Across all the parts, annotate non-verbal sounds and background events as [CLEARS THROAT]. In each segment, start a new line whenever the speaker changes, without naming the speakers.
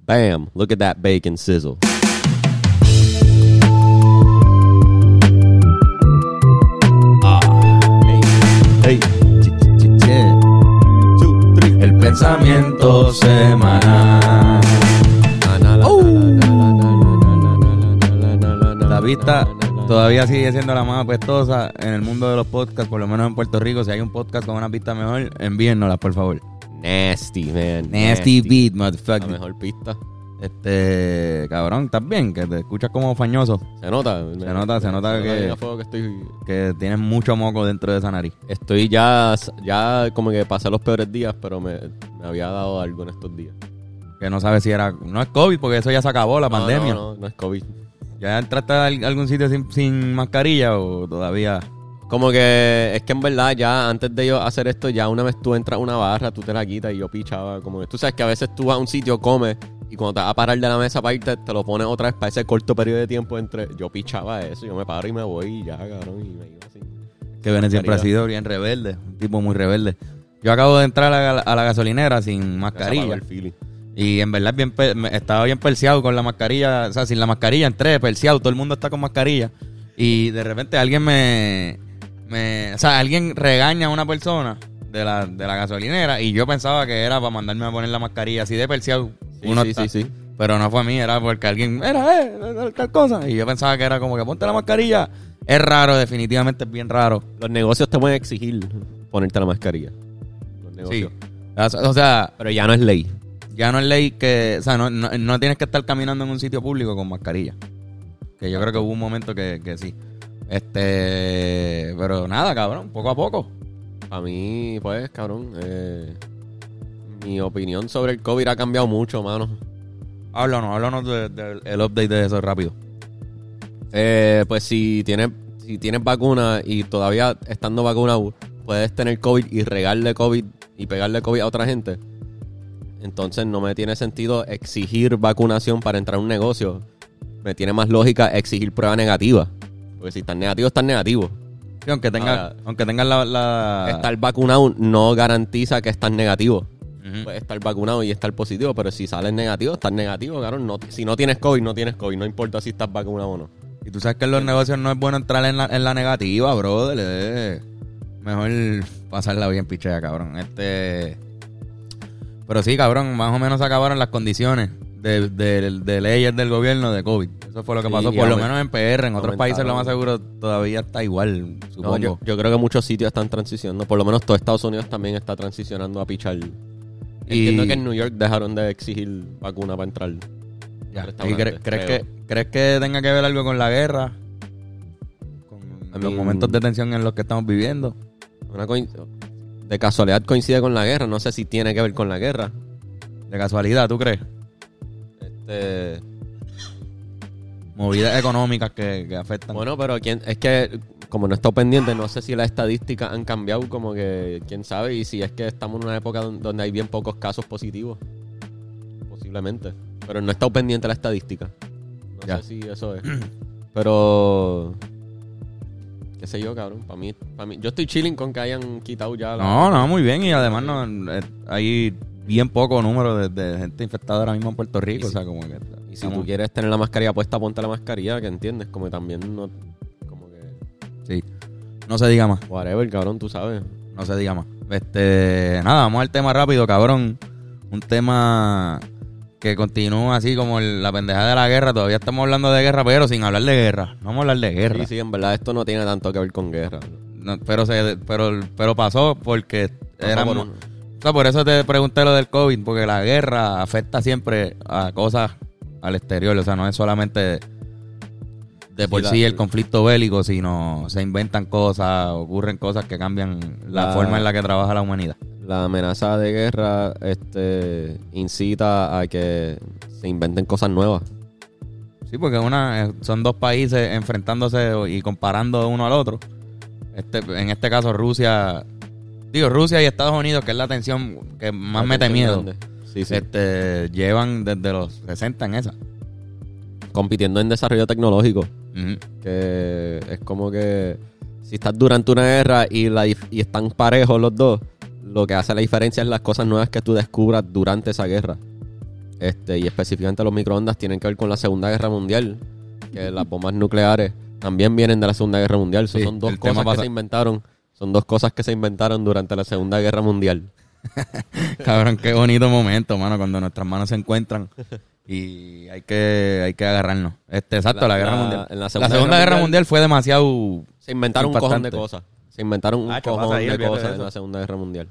Bam! Look at that bacon sizzle.
El pensamiento semanal. La vista todavía sigue siendo la más apestosa en el mundo de los podcasts, por lo menos en Puerto Rico. Si hay un podcast con una pista mejor, envíennosla, por favor.
Nasty, man.
Nasty beat,
La
motherfucker.
mejor pista.
Este, cabrón, ¿estás bien? Que te escuchas como fañoso,
Se nota.
Se nota, se nota que-
bien a fuego que estoy...
que tienes mucho moco dentro de esa nariz.
Estoy ya... Ya como que pasé los peores días, pero me, me había dado algo en estos días.
Que no sabes si era... No es COVID, porque eso ya se acabó, la
No,
pandemia.
No, no, no es COVID.
¿Ya entraste a al- algún sitio sin, sin mascarilla o todavía...?
Como que es que en verdad ya antes de yo hacer esto, ya una vez tú entras a una barra, tú te la quitas y yo pichaba. Como que tú sabes que a veces tú vas a un sitio, comes y cuando te vas a parar de la mesa para irte, te lo pones otra vez para ese corto periodo de tiempo entre. Yo pichaba eso, yo me paro y me voy y ya, cabrón, y me iba así.
Que Bene siempre ha sido bien rebelde, un tipo muy rebelde. Yo acabo de entrar a la, a la gasolinera sin
Mascarilla.
mascarilla
El feeling.
y en verdad bien pe- me- estaba bien perseado con la mascarilla, o sea, sin la mascarilla entré perseado, todo el mundo está con mascarilla y de repente alguien me, me o sea, alguien regaña a una persona de la, de la gasolinera y yo pensaba que era para mandarme a poner la mascarilla así de perseado.
Sí,
uno
sí,
está-
sí, sí.
Pero no fue a mí, era porque alguien, era, eh, tal cosa. Y yo pensaba que era como que ponte la mascarilla. Es raro, definitivamente es bien raro.
Los negocios te pueden exigir ponerte la mascarilla. Los
Sí. Ah,
negocios.
O sea,
Pero ya no es ley.
ya no es ley que. O sea, no, no- no tienes que estar caminando en un sitio público con mascarilla. Que yo creo que hubo un momento que, que sí. Este. Pero nada, cabrón, poco a poco.
A mí, pues, cabrón, eh, mi opinión sobre el COVID ha cambiado mucho, mano.
Háblanos, háblanos del update de eso rápido.
Eh, pues si tienes, si tienes vacuna y todavía estando vacunado, puedes tener COVID y regarle COVID y pegarle COVID a otra gente. Entonces no me tiene sentido exigir vacunación para entrar a un negocio. Me tiene más lógica exigir prueba negativa. Porque si estás negativo, estás negativo.
Sí, aunque tengas
Ahora-
aunque tengas la. la-
Estar vacunado no garantiza que estás negativo.
Ujú.
Puedes estar vacunado y estar positivo, pero si sales negativo, estás negativo, claro. No, si no tienes COVID, no tienes COVID. No importa si estás vacunado o no.
Y tú sabes que en los negocios no es bueno entrar en la, en la negativa, brother. eh. Mejor pasarla bien, pichea, cabrón. Este. Pero sí, cabrón, más o menos se acabaron las condiciones de, de- de leyes del gobierno de COVID. Eso fue lo que
Sí,
pasó,
y
por lo
aument-
menos en PR. En otros
aumentaron.
países, lo más seguro, todavía está igual,
No,
supongo.
yo, yo creo que muchos sitios están transicionando. Por lo menos todo Estados Unidos también está transicionando a pichar. Entiendo que en New York dejaron de exigir vacuna para entrar.
Ya. ¿Y
restaurantes,
cre- crees,
creo.
que, crees que tenga que ver algo con la guerra? Con
I
los
mean-
momentos de tensión en los que estamos viviendo.
Una coin- de casualidad coincide con la guerra. No sé si tiene que ver con la guerra.
De casualidad, ¿tú crees?
Este,
Movidas económicas que, que afectan.
bueno, pero quién- es que como no he estado pendiente, no sé si las estadísticas han cambiado. Como que quién sabe. Y si es que estamos en una época don- donde hay bien pocos casos positivos. Posiblemente. Pero no he estado pendiente de la estadística. No
Ya.
sé si eso
[CLEARS THROAT]
es. Pero. ¿Qué sé yo, cabrón? Para mí, para mí. Yo estoy chilling con que hayan quitado ya. la-
No, no, muy bien. Y además no, eh, hay bien poco número de, de gente infectada ahora mismo en Puerto Rico.
Y
o sea, como que.
Y si
estamos-
tú quieres tener la mascarilla puesta, ponte la mascarilla, que entiendes. Como que también no. Como que.
Sí. No se diga más.
Whatever, cabrón, tú sabes.
No se diga más. Este. Nada, vamos al tema rápido, cabrón. Un tema que continúa así como el- la pendejada de la guerra. Todavía estamos hablando de guerra, pero sin hablar de guerra. No vamos a hablar de guerra.
Sí, sí, en verdad esto no tiene tanto que ver con guerra.
No, pero, se, pero, pero pasó porque
Pasó
era.
por
Por,
un-
por eso te pregunté lo del COVID, porque la guerra afecta siempre a cosas al exterior. O sea, no es solamente de por
la-
sí, el conflicto bélico, sino se inventan cosas, ocurren cosas que cambian la,
La-
forma en la que trabaja la humanidad.
La amenaza de guerra este, incita a que se inventen cosas nuevas.
Sí, porque una eh, son dos países enfrentándose y comparando uno al otro. Este, en este caso, Rusia. Digo, Rusia y Estados Unidos, que es la tensión que
La
más me mete
tensión
miedo.
grande. Sí, sí.
Este, llevan desde los 60 en esa.
compitiendo en desarrollo tecnológico. que es como que si estás durante una guerra y, la, dif- y están parejos los dos, lo que hace la diferencia es las cosas nuevas que tú descubras durante esa guerra. este, y específicamente los microondas, tienen que ver con la Segunda Guerra Mundial. Que las bombas nucleares también vienen de la Segunda Guerra Mundial. So,
Sí,
son dos
el tema
cosas que
pasa-
se inventaron. Son dos cosas que se inventaron durante la Segunda Guerra Mundial.
Cabrón, qué bonito momento, mano, cuando nuestras manos se encuentran y hay que, hay que agarrarnos. Este, exacto, la,
La-
Guerra
la-
Mundial.
en la
la
Segunda
Segunda,
Guerra
Guerra,
Mundial-
Mundial, fue demasiado...
Se inventaron un cojón de
Impactante.
cosas. Se inventaron un
Ah, chaval,
cojón
ahí,
de
olvídate de
cosas en
eso.
la Segunda Guerra Mundial.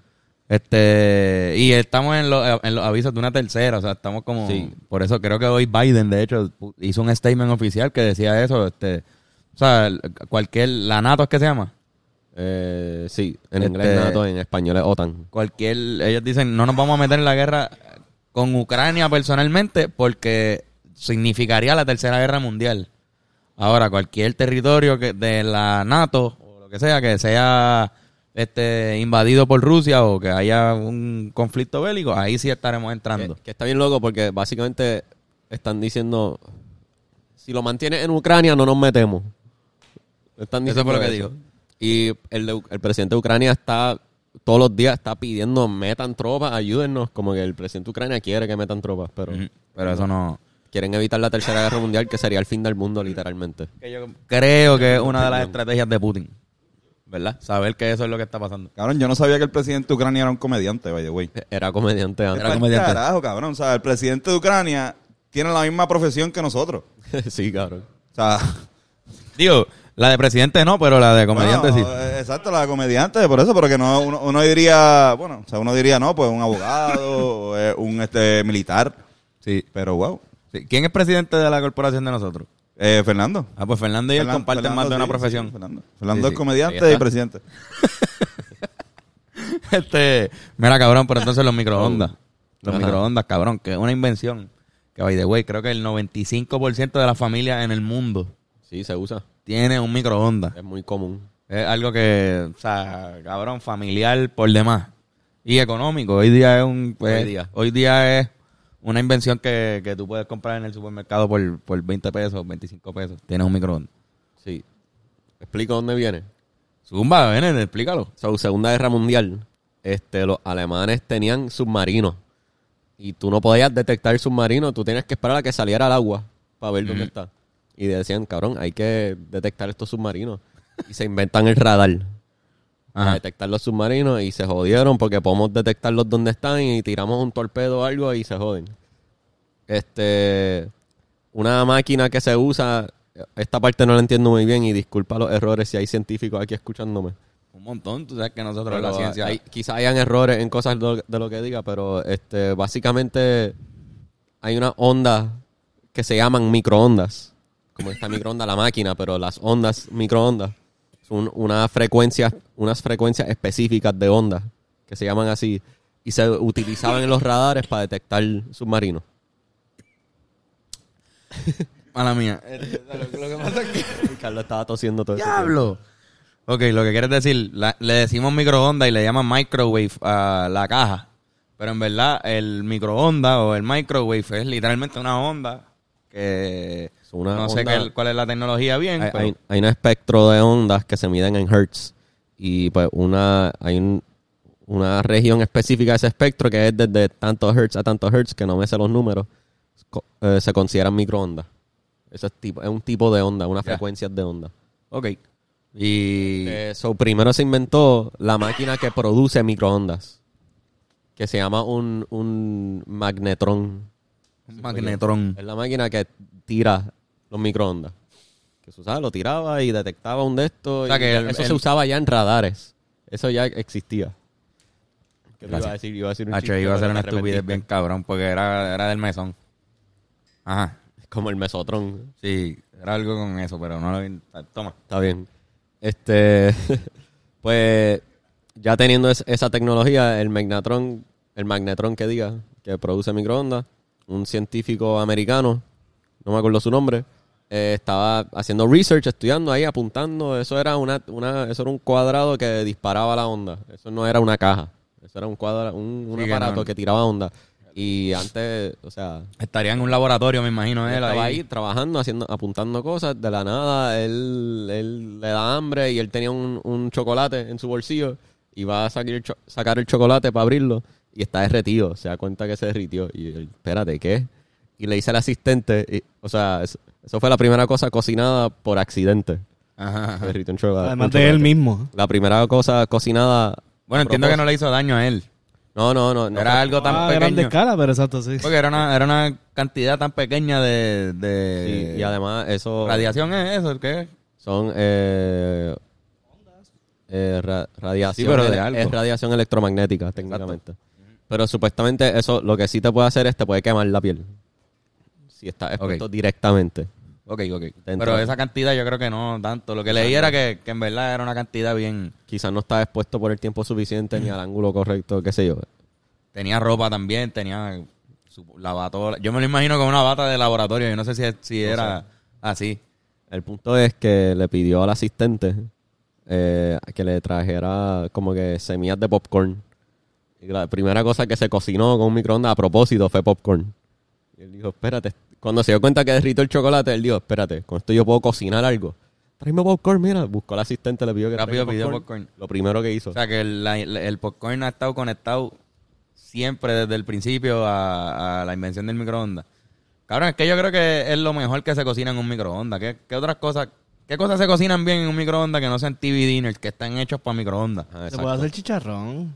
Este, y estamos en, los- en los avisos de una tercera, o sea, estamos como...
Sí.
Por eso creo que hoy Biden, de hecho, pu- hizo un statement oficial que decía eso. Este, o sea, el- cualquier... ¿La NATO es que se llama?
Eh, sí, en
Este-
inglés NATO, en español es OTAN.
cualquier, ellos dicen, no nos vamos a meter en la guerra con Ucrania personalmente porque significaría la tercera guerra mundial. Ahora, cualquier territorio que, de la NATO o lo que sea, que sea este invadido por Rusia o que haya un conflicto bélico, ahí sí estaremos
Que,
entrando.
que está bien loco porque básicamente están diciendo, si lo mantienes en Ucrania no nos metemos. Están
Eso
diciendo
fue lo que dijo.
Y el, de U- el presidente de Ucrania está, todos los días está pidiendo, metan tropas, ayúdennos. Como que el presidente de Ucrania quiere que metan tropas,
Eh,
pero
Ujú. Pero eso no...
quieren evitar la Tercera Guerra Mundial que sería el fin del mundo literalmente.
Creo que es una de las estrategias de Putin. ¿Verdad? Saber que eso es lo que está pasando.
Cabrón, yo no sabía que el presidente de Ucrania era un comediante, by the way.
Era comediante antes.
Pa'l
comediante.
Carajo, cabrón. O sea, el presidente de Ucrania tiene la misma profesión que nosotros.
[LAUGHS] sí, cabrón.
O sea,
Digo, la de presidente no, pero la de [LAUGHS] comediante
bueno,
sí.
eh, Exacto, la de comediante, por eso, pero que no, uno, uno diría, bueno, o sea, uno diría, no, pues un abogado, [LAUGHS] o, eh, un este militar.
Sí.
Pero wow.
Sí, ¿Quién es presidente de la corporación de nosotros?
Eh, Fernando.
Ah, pues Fernando y él
Fernan-
comparten
Fernando,
más de una
sí,
profesión.
sí, Fernando,
Sí,
Fernando
sí.
es
Ahí
comediante y
está.
presidente.
[LAUGHS] Este, mira, cabrón, pero
[LAUGHS]
entonces los
Oh.
microondas. Los
Ajá.
microondas, cabrón, que es una invención. Que, by the way, creo que el 95% de las familias en el mundo
Sí, se usa.
tiene un microondas.
Es muy común.
Es algo que, o sea, cabrón, familiar por demás. Y económico. Hoy día es un... pues,
Hoy día.
día es una invención que, que tú puedes comprar en el supermercado por, por 20 pesos, 25 pesos. Tienes un microondas.
Sí. Explico dónde viene.
Zumba, ven, explícalo.
So, Segunda Guerra Mundial, este, los alemanes tenían submarinos. Y tú no podías detectar el submarino, tú tenías que esperar a que saliera al agua para ver dónde está. Y decían, cabrón, hay que detectar estos submarinos. Y se inventan el radar para
Ajá.
detectar los submarinos y se jodieron porque podemos detectarlos donde están y tiramos un torpedo o algo y se joden. Este, una máquina que se usa, esta parte no la entiendo muy bien y disculpa los errores si hay científicos aquí escuchándome.
Un montón, tú sabes que nosotros
Pero
la ciencia.
hay- quizá hayan errores en cosas de, de lo que diga, pero este, básicamente hay unas ondas que se llaman microondas. Como esta microonda la máquina, pero las ondas microondas son unas frecuencias, unas frecuencias específicas de ondas que se llaman así y se utilizaban en los radares para detectar submarinos.
Mala
[LAUGHS]
mía.
Este, Carlos estaba tosiendo todo eso.
[LAUGHS] ¡Diablo! Ok, lo que quieres decir, la- le decimos microonda y le llaman microwave a la caja. Pero en verdad, el microonda o el microwave es literalmente una onda que.
Es una
no sé
onda-
qué- cuál es la tecnología bien.
hay,
pero-
hay- hay un espectro de ondas que se miden en hertz y pues una hay un- una región específica de ese espectro que es desde tantos hertz a tantos hertz que no me sé los números co- eh, se consideran microondas eso es tipo es un tipo de onda una
Ya.
frecuencia de onda
Ok. Y.
Eh, so, primero se inventó la máquina que produce microondas que se llama un, un magnetrón
un magnetrón.
es la máquina que tira los microondas. Que se usaba, lo tiraba y detectaba un de estos.
O sea,
y
que el-
eso
el-
se usaba ya en radares. Eso ya existía. ¿Qué te
Gracias.
iba a decir? Iba a decir un
Ah,
chiste,
iba a ser
pero
una
te arrepentiste.
estupidez bien cabrón porque era, era del mesón. Ajá.
[LAUGHS] Como el mesotrón.
Sí, era algo con eso, pero no lo. Toma.
Está bien. Este, [LAUGHS] pues ya teniendo es- esa tecnología, el magnetrón, el magnetrón que diga, que produce microondas, un científico americano, no me acuerdo su nombre, eh, estaba haciendo research, estudiando ahí, apuntando, eso era una, una, eso era un cuadrado que disparaba la onda, eso no era una caja, eso era un cuadra, un, un
Sí, que
aparato
no.
que tiraba onda. Y antes, o sea,
Estaría en un laboratorio, me imagino, él
estaba
ahí.
ahí trabajando, haciendo, apuntando cosas, de la nada, él, él le da hambre y él tenía un, un chocolate en su bolsillo y va a sacar, el cho- sacar el chocolate para abrirlo y está derretido. Se da cuenta que se derritió. Y él, espérate, ¿qué? Y le dice al asistente, y- o sea, eso, eso fue la primera cosa cocinada por accidente.
Ajá, ajá.
Derrito un chocolate- un
Además de él
chocolate.
mismo.
La primera cosa cocinada.
Bueno, entiendo que no le hizo daño a él.
No, no, no. no
Era
fue-
algo tan
Ah, grande
pequeño.
escala, pero exacto, sí.
Porque era una, era una cantidad tan pequeña de,
Sí,
de
eh, y además eso
radiación es eso, ¿qué?
son eh, eh, ra- radiación
Sí, pero de
ele-
algo.
es radiación electromagnética técnicamente pero supuestamente eso lo que sí te puede hacer es te puede quemar la piel si estás expuesto directamente
Ok, ok.
Dentro.
Pero esa cantidad yo creo que no tanto. Lo que leí era que, que en verdad era una cantidad bien...
quizás no estás expuesto por el tiempo suficiente ni al ángulo correcto qué sé yo
Tenía ropa también, tenía su lavatoria. Yo me lo imagino con una bata de laboratorio. Yo no sé si, si era así.
Ah, el punto es que le pidió al asistente eh, que le trajera como que semillas de popcorn y la primera cosa que se cocinó con un microondas a propósito fue popcorn Y él dijo, espérate. Cuando se dio cuenta que derrito el chocolate, él dijo, espérate, con esto yo puedo cocinar algo. Tráeme popcorn, mira. Buscó al asistente, le pidió que
Rápido
traiga
pidió popcorn.
Lo primero que hizo.
O sea que el, la- el popcorn ha estado conectado siempre desde el principio a, a la invención del microondas. Cabrón, es que yo creo que es lo mejor que se cocina en un microondas. ¿Qué, qué otras cosas? ¿Qué cosas se cocinan bien en un microondas que no sean TV dinners, que están hechos para microondas?
Ajá,
Se
exacto.
puede hacer chicharrón.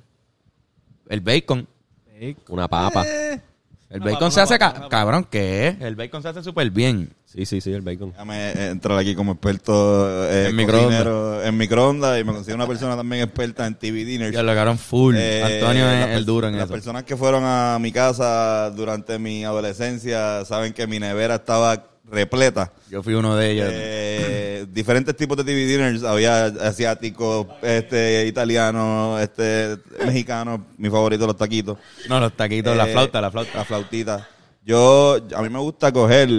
El bacon. Eh.
Una papa.
El
Una
bacon
papa,
se
una
hace...
papa,
ca-
una papa.
cabrón, ¿qué? El bacon se hace súper bien.
Sí, sí, sí, el bacon.
Déjame eh, entrar aquí como experto eh,
En microondas.
cocinero en microondas y me considero una persona también experta en TV dinners.
Ya lo cagaron full.
Eh,
Antonio es
las
el duro en
pers-
eso.
Las personas que fueron a mi casa durante mi adolescencia saben que mi nevera estaba repleta.
Yo fui uno de ellos.
Eh, diferentes tipos de TV dinners. Había asiático, este, italiano, este, mexicano. Mi favorito, los taquitos.
no, los taquitos, la
Eh,
flauta, la flauta.
La flautita. Yo, a mí me gusta coger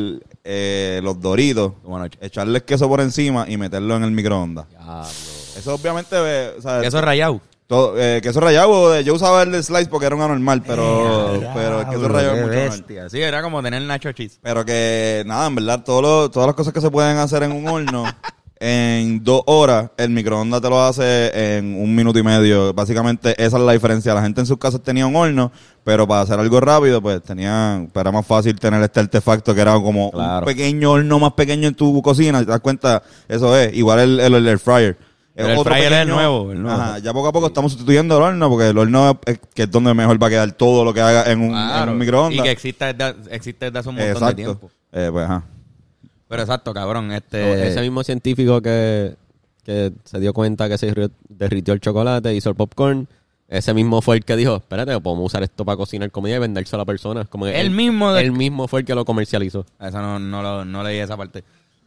eh, los doritos,
Buenas noches.
echarles queso por encima y meterlo en el microondas.
Diablo.
Eso obviamente, eh, o sea,
Eso es rayado.
todo, eh, queso rallado, eh, yo usaba el de slice porque era un anormal, pero, pero el queso rallado es mucho mejor.
Sí, era como tener nacho cheese.
Pero que, nada, en verdad, todo lo- todas las cosas que se pueden hacer en un
[LAUGHS]
horno, en dos horas, el microondas te lo hace en un minuto y medio. Básicamente, esa es la diferencia. La gente en sus casas tenía un horno, pero para hacer algo rápido, pues tenía, pero era más fácil tener este artefacto que era como
Claro.
un pequeño horno más pequeño en tu cocina. Si te das cuenta, eso es. Igual el, el, el air fryer.
El air fryer es el nuevo, el nuevo.
Ajá, ya poco a poco estamos sustituyendo el horno porque el horno es, es- que es donde mejor va a quedar todo lo que haga en un, en un
Claro.
microondas.
Y que existe desde, existe desde hace un montón de tiempo.
Eh, pues, ajá.
Pero exacto, cabrón.
So,
Este,
Ese mismo científico que, que se dio cuenta que se derri- derritió el chocolate, hizo el popcorn. Ese mismo fue el que dijo, espérate, podemos usar esto para cocinar comida y venderse a la persona. Como que
El mismo de-
Él mismo fue el que lo comercializó.
Eso no, no, lo- no leí esa parte.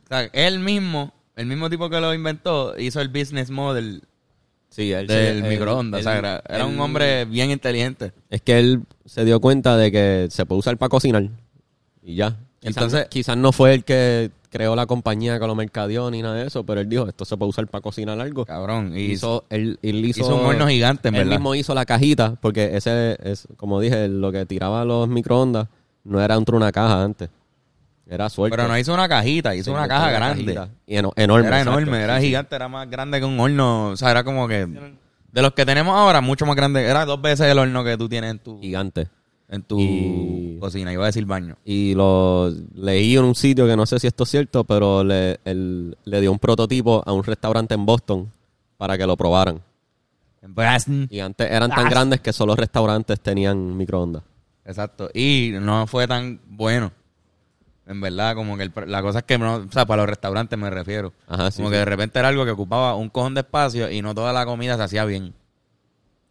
O sea, él mismo, el mismo tipo que lo inventó, hizo el business model
Sí, él
del microondas. o sea, era, era un hombre bien inteligente.
Es que él se dio cuenta de que se puede usar para cocinar y ya. Entonces,
Entonces-
quizás no fue el que creó la compañía que lo mercadeó ni nada de eso, pero él dijo, esto se puede usar para cocinar algo.
Cabrón. Y
Hizo, él, él hizo,
hizo un horno gigante, en
él
verdad.
mismo hizo la cajita, porque ese es, como dije, lo que tiraba los microondas no era dentro de una caja antes. Era suerte.
pero no hizo una cajita, hizo
Sí,
una caja grande.
cajita. Y eno- enorme.
Era
exacto.
enorme, era gigante, era más grande que un horno. O sea, era como que. De los que tenemos ahora, mucho más grande. Era dos veces el horno que tú tienes en tu,
Gigante.
en tu
Y-
cocina. Iba a decir baño.
y lo leí en un sitio que no sé si esto es cierto, pero le, él- le dio un prototipo a un restaurante en Boston para que lo probaran.
En Boston.
Y antes eran tan grandes que solo restaurantes tenían microondas.
Exacto. Y no fue tan bueno. En verdad, como que el pr- la cosa es que. no- o sea, para los restaurantes me refiero.
Ajá, sí,
como
sí.
que de repente era algo que ocupaba un cojón de espacio y no toda la comida se hacía bien.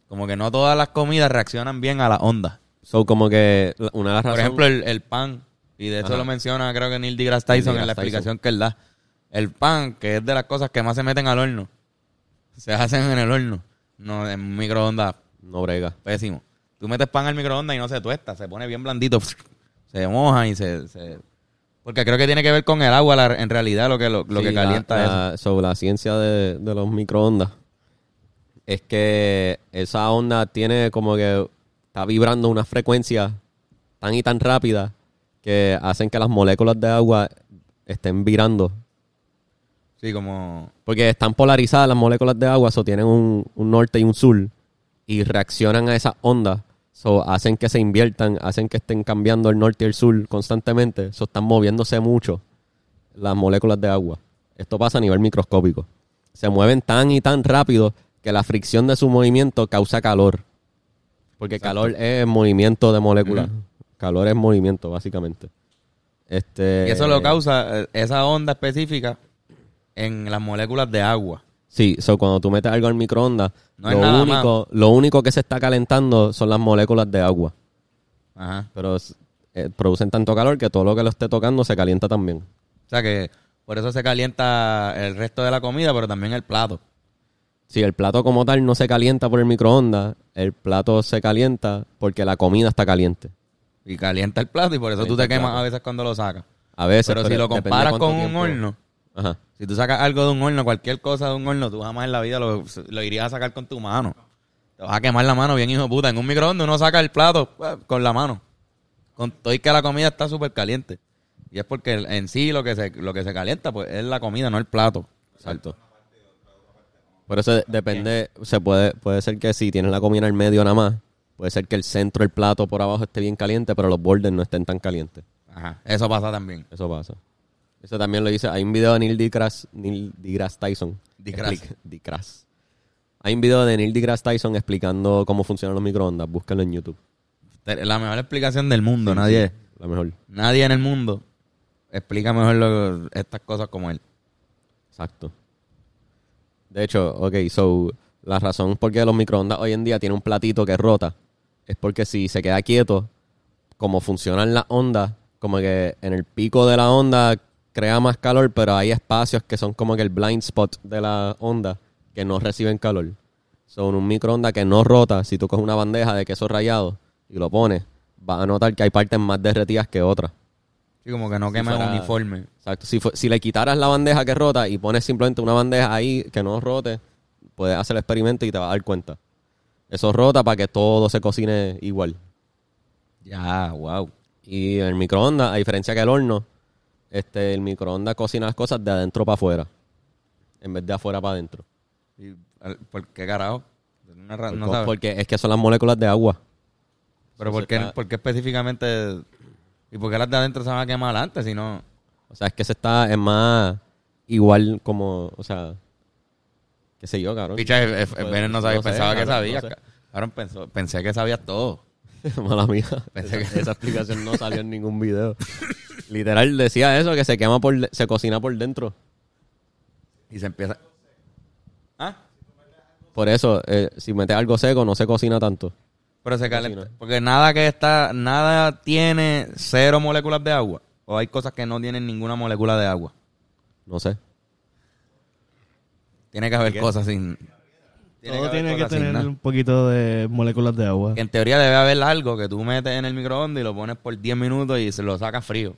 Como que no todas las comidas reaccionan bien a la onda.
So, como que la- una de las
Por
razones-
ejemplo, el, el pan, y de eso
Ajá.
lo menciona creo que Neil deGrasse Tyson
Neil
en la
deGrasse
explicación que él da. El pan, que es de las cosas que más se meten al horno, se hacen en el horno, no en microondas,
no brega.
pésimo. Pues Tú metes pan al microondas y no se tuesta, se pone bien blandito, [LAUGHS] se moja y se... se- Porque creo que tiene que ver con el agua, la- en realidad, lo que, lo, lo
Sí,
que
la-
calienta eso.
la- Sobre la ciencia de, de los microondas. Es que esa onda tiene como que está vibrando una frecuencia tan y tan rápida que hacen que las moléculas de agua estén virando
Sí, como...
Porque están polarizadas las moléculas de agua, o tienen un, un norte y un sur, y reaccionan a esas ondas So, hacen que se inviertan, hacen que estén cambiando el norte y el sur constantemente. So, están moviéndose mucho las moléculas de agua. Esto pasa a nivel microscópico. Se mueven tan y tan rápido que la fricción de su movimiento causa calor. Porque calor es movimiento de moléculas. Calor es movimiento, básicamente. Este,
Y eso lo causa eh, esa onda específica en las moléculas de agua.
Sí, so, cuando tú metes algo al microondas,
No es
lo,
nada
único, lo único que se está calentando son las moléculas de agua.
Ajá.
Pero es- eh, producen tanto calor que todo lo que lo esté tocando se calienta también.
O sea que por eso se calienta el resto de la comida, pero también el plato.
Si el plato como tal no se calienta por el microondas, el plato se calienta porque la comida está caliente.
Y calienta el plato y por eso tú
Calienta
te
el
quemas
plato.
a veces cuando lo sacas.
A veces.
Pero si lo
depende
comparas
cuánto
con un
tiempo-
horno,
Ajá.
si tú sacas algo de un horno, cualquier cosa de un horno, tú jamás en la vida lo, lo irías a sacar con tu mano. Te vas a quemar la mano bien, hijo de puta. En un microondas uno saca el plato pues, con la mano. Con todo y que la comida está súper caliente. Y es porque el- en sí lo que, se, lo que se calienta pues es la comida, no el plato.
Exacto. Por eso de- depende, se puede, puede ser que si tienes la comida en el medio nada más, puede ser que el centro, el plato por abajo esté bien caliente, pero los bordes no estén tan calientes.
Ajá. Eso pasa también.
Eso pasa. Eso también lo dice. Hay un video de Neil deGrasse, Neil deGrasse Tyson.
Degrasse.
Explica- deGrasse. Hay un video de Neil deGrasse Tyson explicando cómo funcionan los microondas. Búscalo en YouTube.
Te- La mejor explicación del mundo. nadie,
La mejor.
nadie en el mundo explica mejor lo- estas cosas como él.
Exacto. De hecho, ok, so la razón por qué los microondas hoy en día tienen un platito que rota es porque si se queda quieto, como funcionan las ondas, como que en el pico de la onda crea más calor, pero hay espacios que son como que el blind spot de la onda que no reciben calor. Son un microondas que no rota, si tú coges una bandeja de queso rallado y lo pones, vas a notar que hay partes más derretidas que otras.
Sí, como que no
Si
quema
fuera-
uniforme.
Exacto. Si, fue- si le quitaras la bandeja que rota y pones simplemente una bandeja ahí que no rote, puedes hacer el experimento y te vas a dar cuenta. Eso rota para que todo se cocine igual.
Ya, wow.
Y el microondas, a diferencia que el horno, este, el microondas cocina las cosas de adentro para afuera. En vez de afuera para adentro.
¿Y al- ¿Por qué carajo? Una ra- Ah, no
Porque-
sabes.
porque es que son las moléculas de agua.
Pero
Eso
¿por qué,
está-
por qué específicamente? ¿Y por qué las de adentro se van a quemar antes si no?
O sea, es que se está, es más igual como, o sea, qué sé yo, cabrón.
Picha, eh, eh, Vélez no sabía,
Pues, no sé,
pensaba que
cabrón,
sabías.
no sé.
ca- cabrón, pensó- pensé que sabías todo.
Mala mía.
Pensé
esa,
que-
esa explicación no salió en ningún video. Literal decía eso, que se quema por de- se cocina por dentro.
Y se empieza... ¿Ah?
Por eso, eh, si metes algo seco, no se cocina tanto.
Pero
Pues
se calienta. Porque nada que está... Nada tiene cero moléculas de agua. O hay cosas que no tienen ninguna molécula de agua.
No sé.
Tiene que haber cosas sin...
Todo tiene que
cosas sin
tener
nada.
un poquito de moléculas de agua.
Que en teoría debe haber algo que tú metes en el microondas y lo pones por 10 minutos y se lo sacas frío.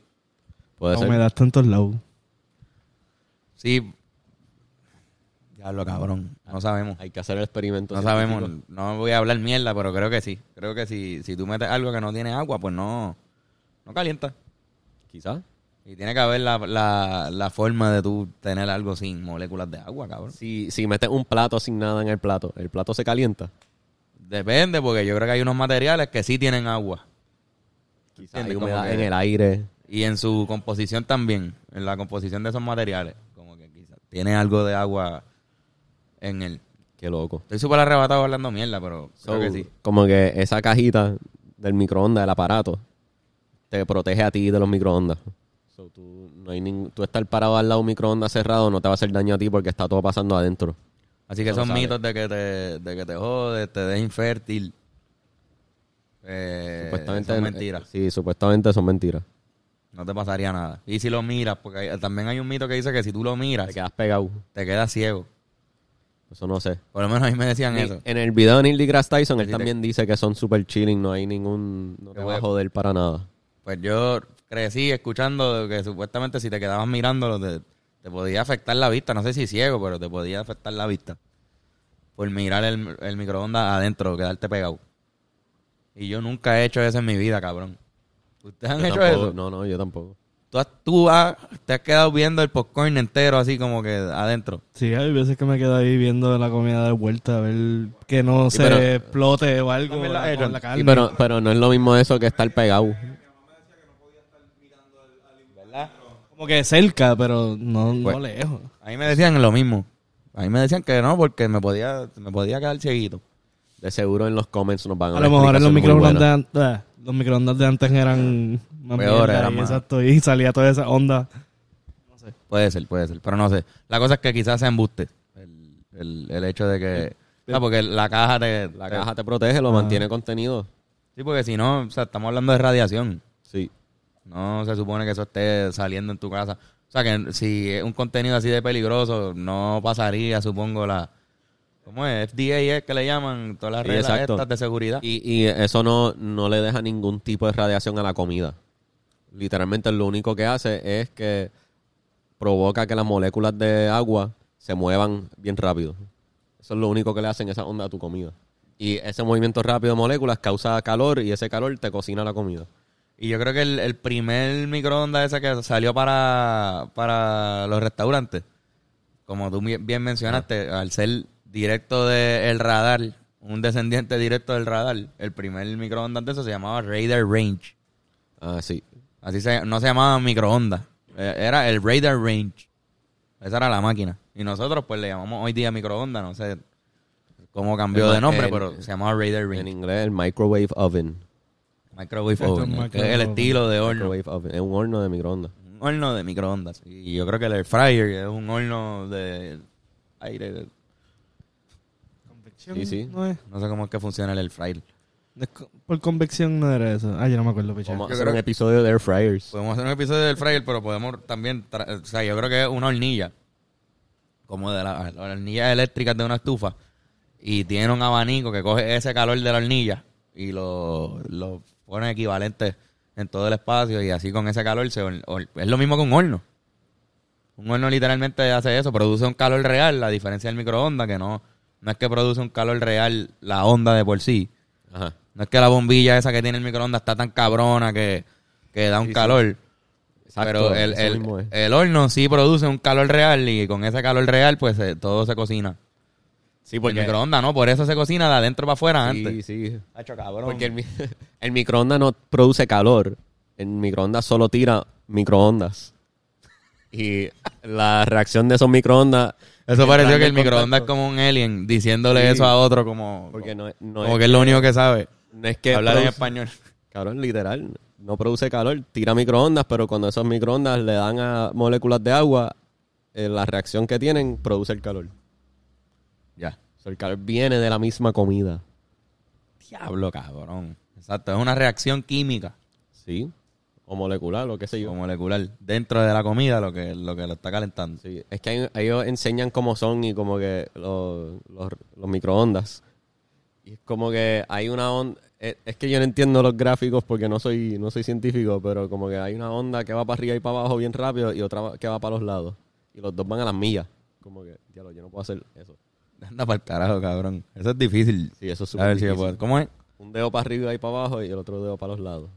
Puede
La
ser.
humedad tanto en lados.
Sí. Diablo, cabrón. No sabemos.
Hay que hacer el experimento.
No
científico.
sabemos. No voy a hablar mierda, pero creo que sí. Creo que si, si tú metes algo que no tiene agua, pues no, no calienta.
Quizás.
Y tiene que haber la, la, la forma de tú tener algo sin moléculas de agua, cabrón.
Si, si metes un plato sin nada en el plato, el plato se calienta.
Depende, porque yo creo que hay unos materiales que sí tienen agua.
Quizás hay
Entiendo, como
humedad
que-
en el aire.
Y en su composición también, en la composición de esos materiales, como que quizás tiene algo de agua en él.
Qué loco.
Estoy súper arrebatado hablando mierda, pero creo
So,
que sí.
Como que esa cajita del microondas, del aparato, te protege a ti de los microondas. So, tú, no hay nin- tú estar parado al lado de un microondas cerrado no te va a hacer daño a ti porque está todo pasando adentro.
Así que
Eso lo
esos
sabe.
mitos de que te, de que te jodes, te des infértil. Eh,
supuestamente
son mentiras.
Sí, supuestamente son mentiras.
No te pasaría nada. Y si lo miras, porque hay- también hay un mito que dice que si tú lo miras,
Te quedas pegado.
te quedas ciego.
Eso no sé.
Por lo menos a mí me decían
Ni-
eso.
En el video de Neil deGrasse Tyson, él
Sí, te-
también dice que son super chilling, no hay ningún... No te
Te
va a
voy-
joder para nada.
Pues yo crecí escuchando que supuestamente si te quedabas mirándolo te, te podía afectar la vista. No sé si ciego, pero te podía afectar la vista. Por mirar el, el microondas adentro, quedarte pegado. Y yo nunca he hecho eso en mi vida, cabrón. ¿Ustedes han
Yo
hecho
tampoco-
eso?
No, no, yo tampoco.
tú, has- tú has- te has quedado viendo el popcorn entero así como que adentro.
Sí, hay veces que me quedo ahí viendo la comida de vuelta, a ver que no se
pero-
explote o algo
También la
con
Iron.
la
Sí,
carne.
pero, pero no es lo mismo eso que estar pegado.
Como que cerca, pero no, no
Pues-
lejos.
A mí me decían lo mismo. A mí me decían que no porque me podía, me podía quedar cieguito.
De seguro en los comments nos van a
A
dar
lo mejor en
explicaciones
los
muy
microondas de
buenas.
antes, los microondas de antes eran más
Peor,
mierda
era
y
más.
Exacto, y salía toda esa onda.
Puede ser, puede ser, pero no sé. La cosa es que quizás se embuste el, el, el hecho de que... Ah, porque la caja te...
La caja te protege,
ah.
lo mantiene contenido.
Sí, porque si no, o sea, estamos hablando de radiación.
Sí.
No se supone que eso esté saliendo en tu casa. O sea, que si es un contenido así de peligroso, no pasaría, supongo, la... ¿Cómo es? FDA es que le llaman todas las
Sí,
reglas
exacto.
estas de seguridad.
Y, y eso no, no le deja ningún tipo de radiación a la comida. Literalmente lo único que hace es que provoca que las moléculas de agua se muevan bien rápido. Eso es lo único que le hacen esa onda a tu comida. Y ese movimiento rápido de moléculas causa calor y ese calor te cocina la comida.
Y yo creo que el, el primer microondas ese que salió para, para los restaurantes, como tú bien bien mencionaste, al ser directo del radar, un descendiente directo del radar, el primer microondas de eso se llamaba Radar Range.
Ah, sí.
Así se, no se llamaba microondas, eh, era el Radar Range. Esa era la máquina. Y nosotros pues le llamamos hoy día microondas, no sé cómo cambió de nombre,
En-
pero se llamaba Radar
En
Range.
inglés, el microwave oven.
Microwave
es
oven,
microwave
que es el
oven.
estilo de horno.
Microwave oven. Es un horno de microondas.
un horno de microondas. Y yo creo que el air fryer es un horno de aire.
Convección,
Sí, sí.
¿no es?
No sé cómo es que funciona el air fryer.
No es co- Por convección no era eso. Ah, yo no me acuerdo, piché.
Vamos a
Yo
hacer
creo
un
que-
episodio de air fryers.
Podemos hacer un episodio del fryer, pero podemos también. tra- O sea, yo creo que es una hornilla. Como de la- las hornillas eléctricas de una estufa. Y tiene un abanico que coge ese calor de la hornilla y lo, lo pone equivalente en todo el espacio. Y así con ese calor se, hor- hor- es lo mismo que un horno. Un horno literalmente hace eso, produce un calor real, la diferencia del microondas, que no, no es que produce un calor real la onda de por sí.
Ajá.
No es que la bombilla esa que tiene el microondas está tan cabrona que, que da un calor.
Exacto,
pero el,
eso
el-
mismo es.
el horno sí produce un calor real y con ese calor real pues eh, todo se cocina.
Sí,
el microondas no, por eso se cocina de adentro para afuera
Sí,
antes.
sí.
Hacho, cabrón.
Porque el, mi- [LAUGHS] el microondas no produce calor. El microondas solo tira microondas. Y la reacción de esos microondas.
Eso pareció
Entrando
que el
en
microondas es
contacto.
como un alien diciéndole
Sí.
eso a otro como,
Porque no, es- no
como
es,
que es lo único que sabe.
no es que.
hablar en
produce-
español. [LAUGHS]
Cabrón, literal. No produce calor, tira microondas, pero cuando esos microondas le dan a moléculas de agua, eh, la reacción que tienen produce el calor.
Ya.
O sea, el calor viene de la misma comida.
Diablo, cabrón. Exacto, es una reacción química
¿Sí? O molecular, o qué sé yo.
o molecular dentro de la comida lo que lo que lo está calentando.
Sí, es que hay- ellos enseñan cómo son y como que los, los- los microondas. Y es como que hay una onda... Es, es que yo no entiendo los gráficos porque no soy, no soy científico, pero como que hay una onda que va para arriba y para abajo bien rápido y otra va- que va para los lados. Y los dos van a las millas. Como que, diablo, yo no puedo hacer eso.
Anda para el carajo, cabrón. Eso es difícil.
Sí, eso es
a
súper
ver si yo
difícil.
puedo. ¿Cómo es?
Un dedo para arriba y para abajo y el otro dedo para los lados.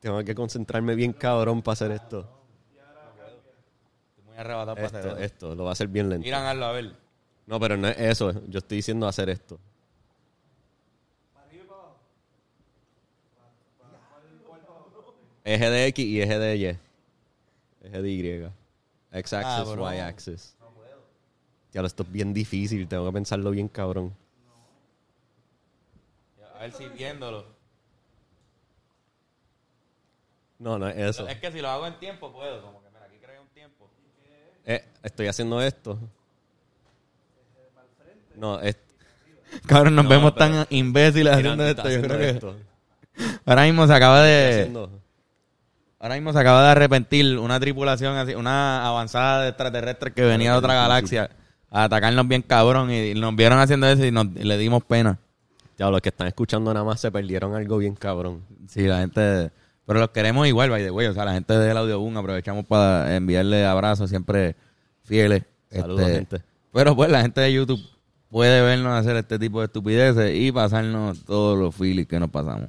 Tengo que concentrarme bien cabrón para hacer esto.
Muy arrebatado
Esto, esto, lo va a hacer bien lento.
Irán hazlo, a ver.
No, pero no es eso. Yo estoy diciendo hacer esto. Eje de X y eje de Y. Eje de Y.
Ah,
X-axis,
bro.
Y-axis. Ya lo esto es bien difícil. Tengo que pensarlo bien, cabrón.
A ver si viéndolo.
No, no es eso.
Es que si lo hago en tiempo puedo. Como que mira, aquí creo un tiempo.
Eh, estoy haciendo esto. No, es,
Cabrón, nos
No,
vemos
pero-
tan
mira,
imbéciles haciendo esto.
está
Yo creo
haciendo
que
esto. Eh,
ahora mismo se acaba
Estoy
de.
haciendo-
Ahora mismo se acaba de arrepentir una tripulación así, una avanzada de extraterrestres que venía de otra galaxia a atacarnos bien cabrón y nos vieron haciendo eso y, nos, y le dimos pena.
Ya, los que están escuchando nada más se perdieron algo bien cabrón.
Sí, la gente. Pero los queremos igual, by the way. O sea, la gente del Audioboom aprovechamos para enviarle abrazos siempre fieles. Este,
Saludos, gente.
Pero pues la gente de YouTube puede vernos hacer este tipo de estupideces y pasarnos todos los filis que nos pasamos.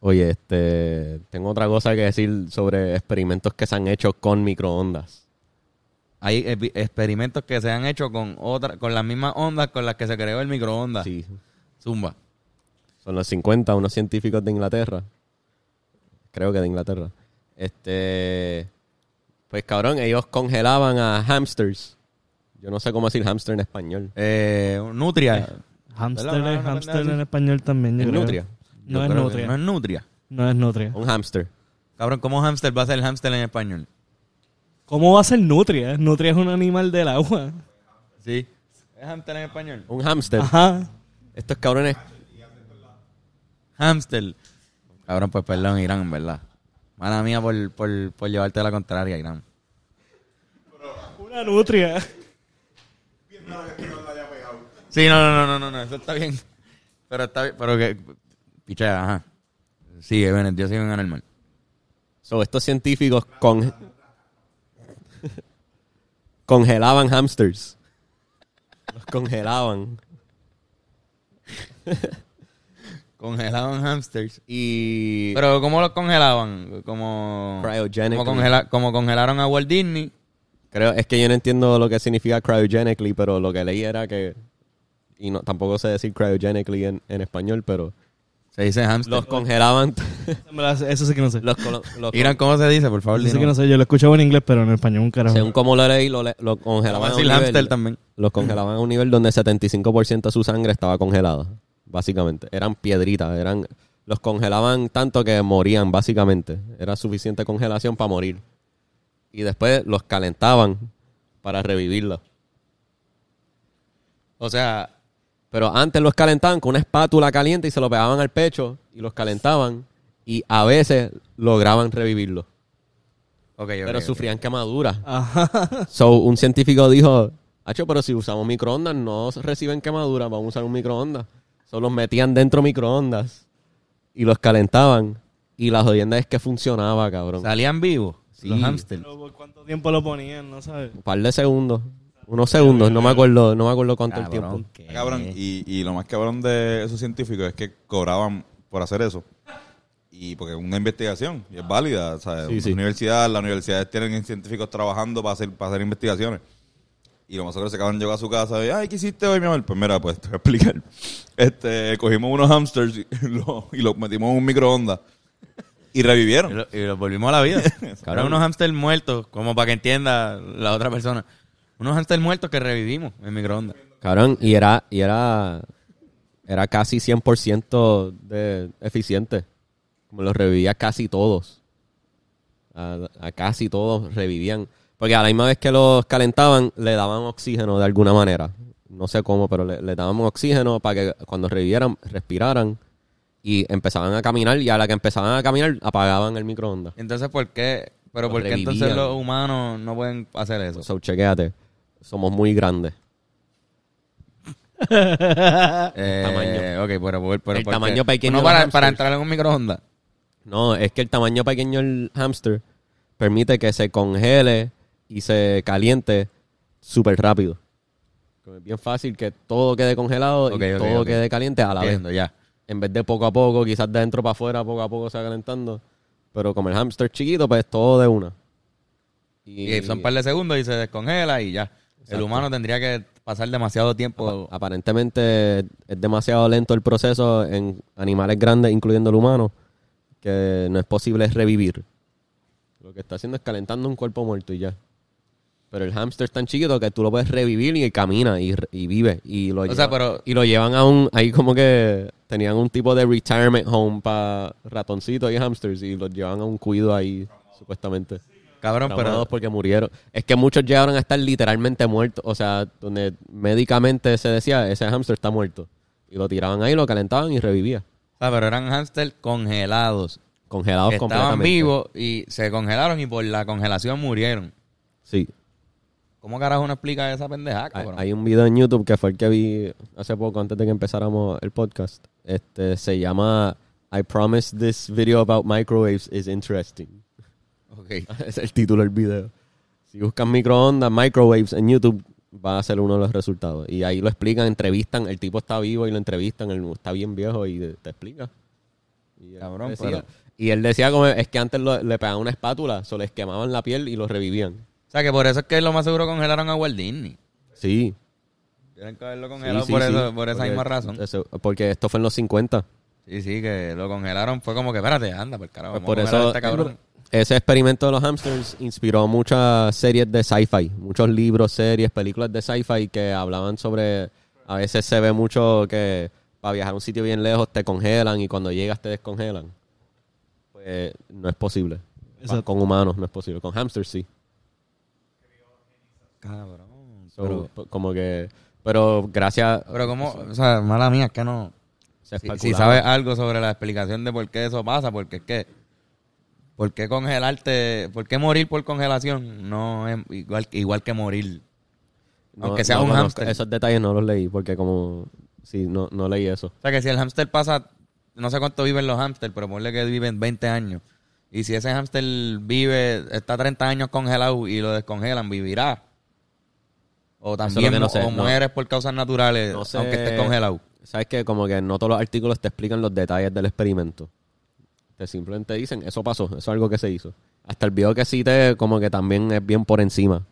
Oye, este, tengo otra cosa que decir sobre experimentos que se han hecho con microondas.
Hay epi- experimentos que se han hecho con otra, con las mismas ondas con las que se creó el microondas.
Sí.
Zumba.
Son los 50, unos científicos de Inglaterra. Creo que de Inglaterra. Este. Pues cabrón, ellos congelaban a hamsters. Yo no sé cómo decir hamster en español.
Eh, nutria.
Hamster,
¿Verdad?
es-
Una- una
hamster
pendeja
eh, en
así.
español también. yo
Es
creo.
nutria.
No
Yo
es
creo que
nutria.
No es nutria.
No es nutria.
Un hamster.
Cabrón, ¿cómo hamster va a ser hamster en español?
¿Cómo va a ser nutria? Nutria es un animal del agua.
Sí. ¿Es hamster en español?
Un hamster.
Ah.
Ajá.
Estos cabrones.
Hamster. Cabrón, pues perdón, Irán, en verdad. Mala mía por, por, por llevarte la contraria, Irán.
Una [LAUGHS] nutria.
Sí, no, no, no, no, no, no, eso está bien. Pero está bien, pero que... Pichea, ajá. Sí, ven, yo sigo en el mal.
So, estos científicos con... congelaban hamsters. Los congelaban.
Congelaban hamsters.
Y.
Pero ¿cómo los congelaban? Como...
Cryogenically.
Como, congela- como congelaron a Walt Disney.
Creo, es que yo no entiendo lo que significa cryogenically, pero lo que leí era que. Y no, tampoco sé decir cryogenically en, en español, pero.
Se dice hamster.
Los congelaban. [LAUGHS]
En verdad, Eso sí que no sé.
los colo- los-
Irán, ¿cómo se dice? Por favor,
Eso sí que
dinos.
no sé. Yo lo escuchaba en inglés, pero en español un carajo.
según como lo leí, lo, le- lo
Vamos
congelaban.
a
a
decir
un nivel-
hamster también.
Los congelaban a un nivel donde 75% de su sangre estaba congelada, básicamente. Eran piedritas, eran. Los congelaban tanto que morían, básicamente. Era suficiente congelación para morir. Y después los calentaban para revivirlos.
O sea,
Pero antes los calentaban con una espátula caliente y se lo pegaban al pecho y los calentaban y a veces lograban revivirlo.
ok, ok,
pero
ok.
sufrían quemaduras.
Ajá.
So, un científico dijo, Hacho, pero si usamos microondas no reciben quemaduras, vamos a usar un microondas. So, los metían dentro microondas y los calentaban. Y la jodienda es que funcionaba, cabrón.
Salían vivos
Sí.
los hamsters.
Pero ¿por ¿Cuánto tiempo lo ponían? No sabes.
un par de segundos, unos segundos, no me acuerdo, no me acuerdo cuánto el
Cabrón,
tiempo.
¿qué?
Ah, Cabrón, y, y lo más cabrón de esos científicos es que cobraban por hacer eso. Y porque es una investigación, y es válida. O sea,
Sí,
una
sí.
universidad, las universidades tienen científicos trabajando para hacer, para hacer investigaciones. Y lo más seguro se acaban llegó a su casa y, ay, ¿qué hiciste hoy, mi amor? Pues mira, pues te voy a explicar. [LAUGHS] Este, cogimos unos hamsters y [LAUGHS] los y los metimos en un microondas. Y [LAUGHS]
Y,
revivieron.
lo- y los volvimos a la vida. Cabrón, unos hamsters muertos, como para que entienda la otra persona. Unos hamsters muertos que revivimos en microondas.
Cabrón, y era, y era, era casi 100% de eficiente. Como los revivía casi todos. A, a casi todos revivían. Porque a la misma vez que los calentaban, le daban oxígeno de alguna manera. No sé cómo, pero le, le daban oxígeno para que cuando revivieran, respiraran y empezaban a caminar. Y a la que empezaban a caminar, apagaban el microondas.
Entonces, ¿por qué? Pero
Los
¿por qué
revivían.
entonces los humanos no pueden hacer eso?
So, chequéate. Somos muy grandes.
Eh,
tamaño.
Ok, pero, pero, pero
El
¿por qué?
tamaño pequeño
No
de
para,
los
para
hamsters.
entrar en un microondas.
No, es que el tamaño pequeño del hámster permite que se congele y se caliente súper rápido. Como Es bien fácil que todo quede congelado
Ok,
y
ok,
todo
ok.
quede caliente a la
Entiendo,
vez.
ya.
En vez de poco a poco, quizás de adentro para afuera, poco a poco se va calentando. Pero como el hámster chiquito, pues todo de una.
Y, son un par de segundos y se descongela y ya. El
Exacto.
humano tendría que pasar demasiado tiempo.
aparentemente es demasiado lento el proceso en animales grandes, incluyendo el humano, que no es posible revivir. Lo que está haciendo es calentando un cuerpo muerto y ya. Pero el hámster es tan chiquito que tú lo puedes revivir y camina y, re- y vive. Y lo,
O
llevan,
sea, pero-
y lo llevan a un... Ahí como que tenían un tipo de retirement home para ratoncitos y hámsters y los llevan a un cuido ahí, supuestamente.
Cabrón,
Traumados
pero.
porque murieron. Es que muchos llegaron a estar literalmente muertos. O sea, donde médicamente se decía, ese hámster está muerto. Y lo tiraban ahí, lo calentaban y revivía.
Ah, pero eran hamsters congelados.
Congelados
Estaban
completamente.
vivos y se congelaron y por la congelación murieron.
Sí.
¿Cómo carajo uno explica esa pendeja,
Hay,
cabrón?
hay un video en YouTube que fue el que vi hace poco, antes de que empezáramos el podcast. Este, se llama I promise this video about microwaves is interesting.
Ok.
[LAUGHS] es el título del video. Si buscan microondas, microwaves en YouTube, va a ser uno de los resultados. Y ahí lo explican, entrevistan, el tipo está vivo y lo entrevistan, él está bien viejo y te- te explica. Y él
Cabrón,
decía-
pero-
Y él decía como es que antes lo- le pegaban una espátula, se les quemaban la piel y lo revivían.
O sea, que por eso es que lo más seguro congelaron a Walt Disney.
Sí.
Tienen que haberlo
sí,
congelado
sí,
por,
sí.
eso, por esa
Porque-
misma razón.
eso- porque esto fue en los 50.
Sí, sí, que lo congelaron. Fue como que, espérate, anda, por carajo.
Pues
vamos
por
a congelar a
eso
este cabrón.
ese experimento de los hamsters inspiró muchas series de sci-fi, muchos libros, series, películas de sci-fi que hablaban sobre a veces se ve mucho que para viajar a un sitio bien lejos te congelan y cuando llegas te descongelan. Pues no es posible.
Exacto.
Con humanos no es posible, con hamsters sí.
Cabrón.
So,
Pero,
p- como que pero gracias
pero como, o sea, mala mía, es que no...
se
Si, si
especulaba.
sabes algo sobre la explicación de por qué eso pasa, porque es que... ¿Por qué congelarte? ¿Por qué morir por congelación? No es igual, igual que morir.
No-
aunque sea
no
un
conozco-
hámster.
Esos detalles no los leí porque como sí no no leí eso.
O sea, que si el hámster pasa, no sé cuánto viven los hámsters, pero ponle que viven 20 años. Y si ese hámster vive, está 30 años congelado y lo descongelan, vivirá. O
es
también
lo que no
mu-
sé,
o
no.
mueres por causas naturales,
No sé.
aunque esté congelado.
Sabes que como que no todos los artículos te explican los detalles del experimento. Te simplemente dicen, eso pasó, eso es algo que se hizo. Hasta el video que cité como que también es bien por encima.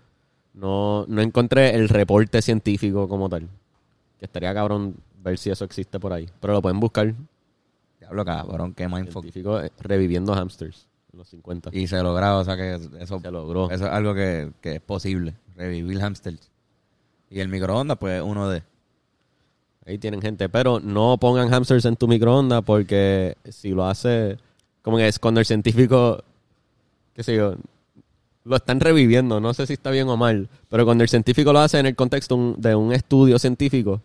No, no encontré el reporte científico como tal. Que estaría cabrón ver si eso existe por ahí. Pero lo pueden buscar.
Diablo, cabrón, qué mindfuck.
Científico eh, reviviendo hamsters en los 50.
Y se logró, o sea que eso,
Se logró.
eso es algo que, que es posible, revivir hámsters. Y el microondas, pues uno de...
Ahí tienen gente. Pero no pongan hamsters en tu microondas porque si lo hace, como que es cuando el científico, qué sé yo, lo están reviviendo. No sé si está bien o mal. Pero cuando el científico lo hace en el contexto un- de un estudio científico,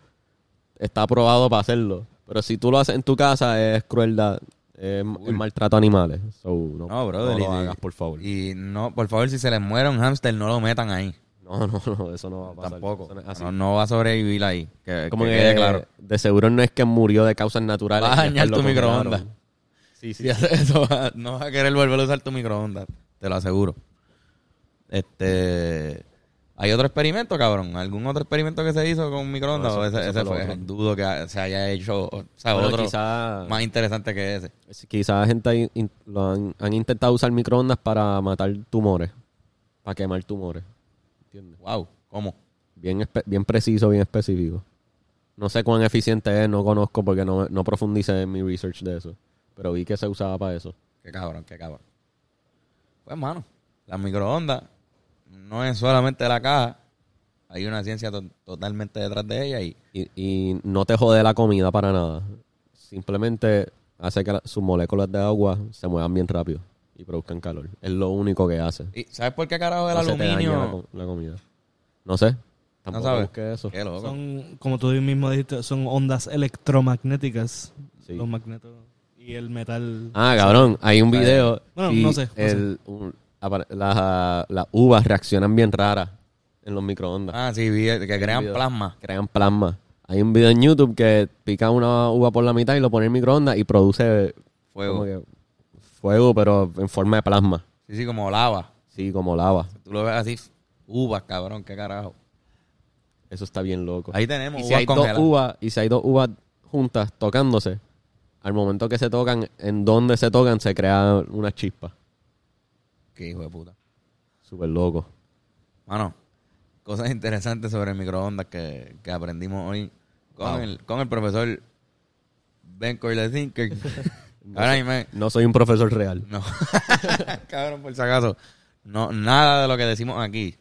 está aprobado para hacerlo. Pero si tú lo haces en tu casa, es crueldad, es, ma- es maltrato a animales. So, no,
No, brother.
no
y-
lo hagas, por favor.
Y no, por favor, si se les muere un hámster, no lo metan ahí.
No, no, no, eso no va a pasar.
Tampoco.
Eso no es así.
No, no va a sobrevivir ahí. Que,
Como
que
que,
quede claro.
de seguro no es que murió de causas naturales.
Vas a
y
dañar
después
tu
lo congelaron.
microondas.
Sí, sí.
Si haces [LAUGHS] eso, vas- no vas a querer volver a usar tu microondas. Te lo aseguro. Este. ¿Hay otro experimento, cabrón? ¿Algún otro experimento que se hizo con microondas?
No,
¿O
eso-
ese,
eso
ese
fue
fue,
lo otro.
dudo que ha- se haya hecho o sea,
Bueno,
otro
quizá-
más interesante que ese.
Quizás gente ha in- in- lo han, han intentado usar microondas para matar tumores, para quemar tumores. ¿Entiendes?
Wow, ¿cómo?
Bien, espe- bien preciso, bien específico. No sé cuán eficiente es, no conozco porque no, no profundicé en mi research de eso. Pero vi que se usaba para eso.
Qué cabrón, qué cabrón. Pues, mano, las microondas no es solamente la caja. Hay una ciencia to- totalmente detrás de ella y
Y, y no te jode la comida para nada. Simplemente hace que la- sus moléculas de agua se muevan bien rápido y produzcan calor. Es lo único que hace.
¿Y ¿Sabes por qué carajo el
No se te daña la,
aluminio?
co- la comida. No sé. Tampoco
sabes.
busqué eso.
Qué loco.
Son, como tú mismo dijiste, son ondas electromagnéticas.
Sí.
Los magnetos y el metal.
Ah, cabrón, hay un video.
Bueno,
y
no sé, no sé.
el- un- apare- las, las uvas reaccionan bien raras en los microondas.
Ah, sí, vi, que crean plasma.
Crean plasma. Hay un video en YouTube que pica una uva por la mitad y lo pone en el microondas y produce como
Fuego.
que fuego, pero en forma de plasma.
Sí, sí, como lava.
Sí, como lava.
Tú lo ves así, uvas, cabrón, qué carajo.
Eso está bien loco.
Ahí tenemos
Pues, y si
uvas
hay dos
congeladas.
uvas y si hay dos uvas juntas tocándose, al momento que se tocan, en donde se tocan, se crea una chispa.
Qué hijo de puta.
Súper loco.
Mano, cosas interesantes sobre el microondas que, que aprendimos hoy con,
Wow.
el, con el profesor Ben Coyle Thinker. Ahora mismo,
No soy un profesor real.
No. [LAUGHS] Cabrón, por si acaso. No, nada de lo que decimos aquí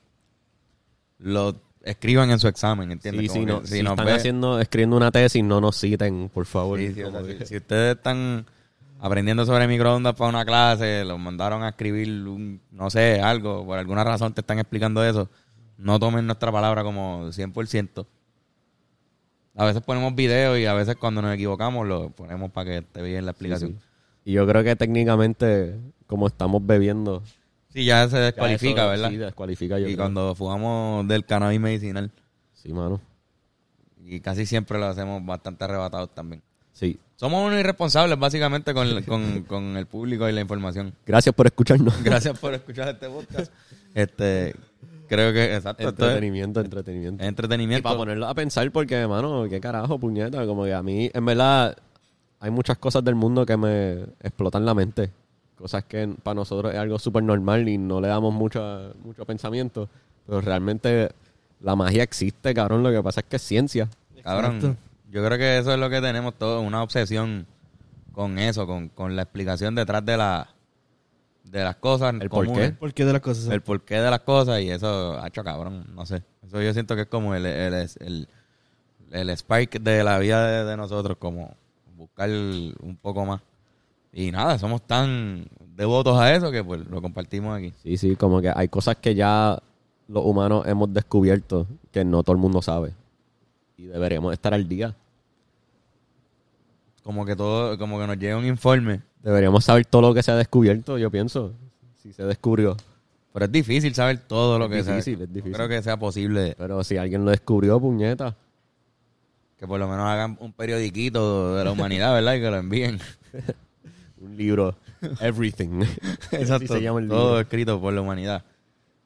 lo escriban en su examen, ¿entiendes?
Sí,
Como
sí,
que
no,
si
si
nos
están
ve-
haciendo, escribiendo una tesis, no nos citen, por favor.
Sí, sí, o sea,
Como
si-
que-
si ustedes están aprendiendo sobre microondas para una clase, los mandaron a escribir, un- no sé, algo, por alguna razón te están explicando eso, no tomen nuestra palabra como 100%. A veces ponemos videos y a veces cuando nos equivocamos lo ponemos para que esté bien la explicación.
Y yo creo que técnicamente, como estamos bebiendo,
Sí, ya se
ya
descualifica,
eso
¿verdad?
Sí, descualifica yo.
Y
creo.
cuando fumamos del cannabis medicinal,
Sí, mano.
y casi siempre lo hacemos bastante arrebatados también.
Sí.
Somos unos irresponsables básicamente
[LAUGHS]
con, con- con el público y la información.
Gracias por escucharnos.
Gracias por escuchar este podcast. Este, Creo que, exacto. esto es-
Entretenimiento, entretenimiento. Y
es
para
entretenimiento.
ponerlo a pensar, porque, hermano, qué carajo, puñeta. Como que a mí, en verdad, hay muchas cosas del mundo que me explotan la mente. Cosas que para nosotros es algo súper normal y no le damos mucho, mucho pensamiento. Pero realmente la magia existe, cabrón. Lo que pasa es que es ciencia.
Cabrón, yo creo que eso es lo que tenemos todos, una obsesión con eso, con, con la explicación detrás de la de las cosas.
¿El por
comunes,
¿Por qué de las cosas?
El porqué de las cosas y eso, hacho cabrón, no sé. Eso yo siento que es como el, el, el, el spike de la vida de, de nosotros, como buscar un poco más. Y nada, somos tan devotos a eso que pues lo compartimos aquí.
Sí, sí, como que hay cosas que ya los humanos hemos descubierto que no todo el mundo sabe. Y deberíamos estar al día.
Como que todo, como que nos llega un informe.
Deberíamos saber todo lo que se ha descubierto, yo pienso. Si se descubrió.
Pero es difícil saber todo lo
Es
que
difícil,
sea.
es difícil.
No creo que sea posible
Pero si alguien lo descubrió, puñeta.
que por lo menos hagan un periodiquito de la humanidad, ¿verdad? Y que
[LAUGHS]
lo envíen.
Un libro. [LAUGHS] Everything. Así se llama el
todo
libro.
escrito por la humanidad.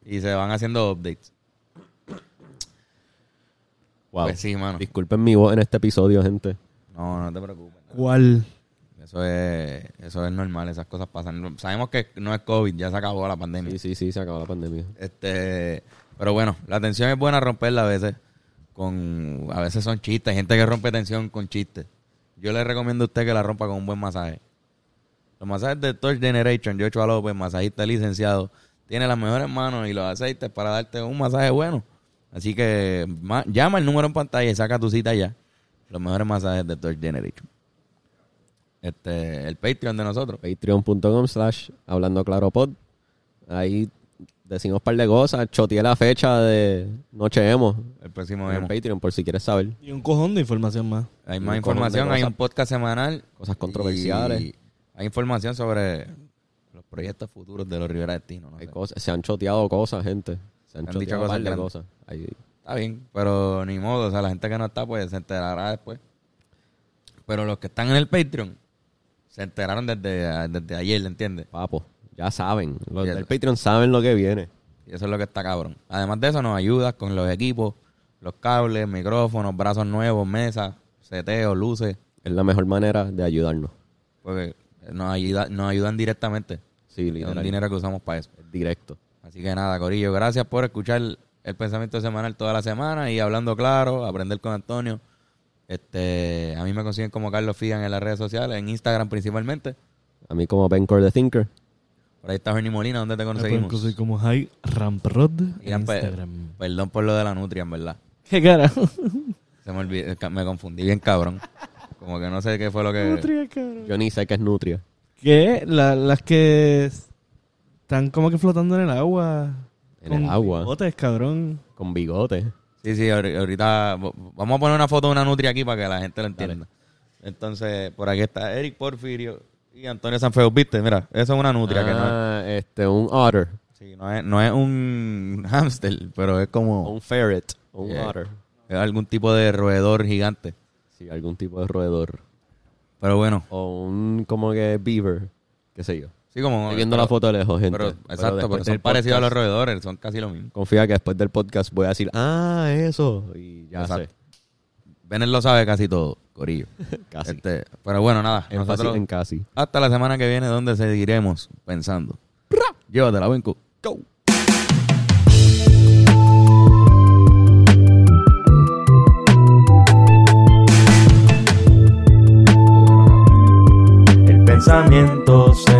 Y se van haciendo updates.
Wow.
Pues sí, mano.
Disculpen mi voz en este episodio, gente.
No, no te preocupes.
¿Cuál?
Eso es, eso es normal, esas cosas pasan. Sabemos que no es COVID, ya se acabó la pandemia.
Sí, sí, sí, se acabó la pandemia.
Este, pero bueno, la tensión es buena romperla a veces. Con, a veces son chistes, hay gente que rompe tensión con chistes. Yo le recomiendo a usted que la rompa con un buen masaje. Los masajes de Touch Generation, Joshua López, masajista licenciado, tiene las mejores manos y los aceites para darte un masaje bueno. Así que ma- llama el número en pantalla y saca tu cita ya. Los mejores masajes de Touch Generation. Este, el Patreon de nosotros.
Patreon.com slash hablando claro pod. Ahí decimos un par de cosas. Choteé la fecha de Noche Emo.
El próximo
En el
demo.
Patreon, por si quieres saber.
Y un cojón de información más.
Hay
Un
más
cojón de
información, hay
cosas.
un podcast semanal.
Cosas controversiales.
y Hay información sobre los proyectos futuros de los Rivera Destino. no
Hay
sé.
cosas- se han choteado cosas, gente. Se han,
Han dicho
choteado
cosas
par de
grandes.
cosas. Ahí-
Está bien, pero ni modo. O sea, la gente que no está, pues se enterará después. Pero los que están en el Patreon se enteraron desde, desde ayer, ¿entiendes?
papo, ya saben. Los
Fíjate.
del Patreon saben lo que viene.
Y eso es lo que está cabrón. Además de eso, nos ayudas con los equipos, los cables, micrófonos, brazos nuevos, mesas, seteos, luces.
Es la mejor manera de ayudarnos.
Porque nos, ayuda, nos ayudan directamente.
Sí,
Es
literal.
un dinero que usamos para eso.
Directo.
Así que nada, Corillo, gracias por escuchar el pensamiento semanal toda la semana y hablando claro, aprender con Antonio. Este, a mí me consiguen como Carlos Figan en las redes sociales, en Instagram principalmente.
A mí como Ben Core the Thinker.
Por ahí está Johnny Molina, donde te
Me pueden conseguir
conseguimos?
como High Ramprod
Y
en
ya, pe-
Instagram.
perdón por lo de la nutria, en verdad.
¿Qué carajo?
Se me olvidó, ca- me confundí bien cabrón. Como que no sé qué fue lo que
Nutria, carajo.
Yo ni sé qué es Nutria.
¿Qué? La- las que s- están como que flotando en el agua.
En el agua.
Botes, cabrón.
Con bigote.
Sí, sí, ahori- ahorita vo- vamos a poner una foto de una nutria aquí para que la gente lo entienda. Entonces, por aquí está Eric Porfirio y Antonio Sanfeo, ¿viste? Mira, eso es una nutria que no es-
Ah, este, un otter.
Sí, no es, no es un [LAUGHS] hámster, pero es como
O un ferret. O un
Yeah.
otter.
es algún tipo de roedor gigante.
Sí, algún tipo de roedor.
Pero bueno,
O un como que beaver. Qué sé yo.
sí, como.
Estoy viendo
pero-
la foto de lejos, gente.
pero- exacto,
después
pero son
del
parecidos a los
podcast-
roedores, son casi lo mismo.
Confía que después del podcast voy a decir, ah, eso. Y ya
Exacto. Vener lo sabe casi todo, Corillo.
sé. [LAUGHS] Casi.
Este, pero bueno, nada.
Énfasis
nosotros-
en casi.
hasta la semana que viene, donde seguiremos pensando. Llévatela, Benco. Go.
El pensamiento se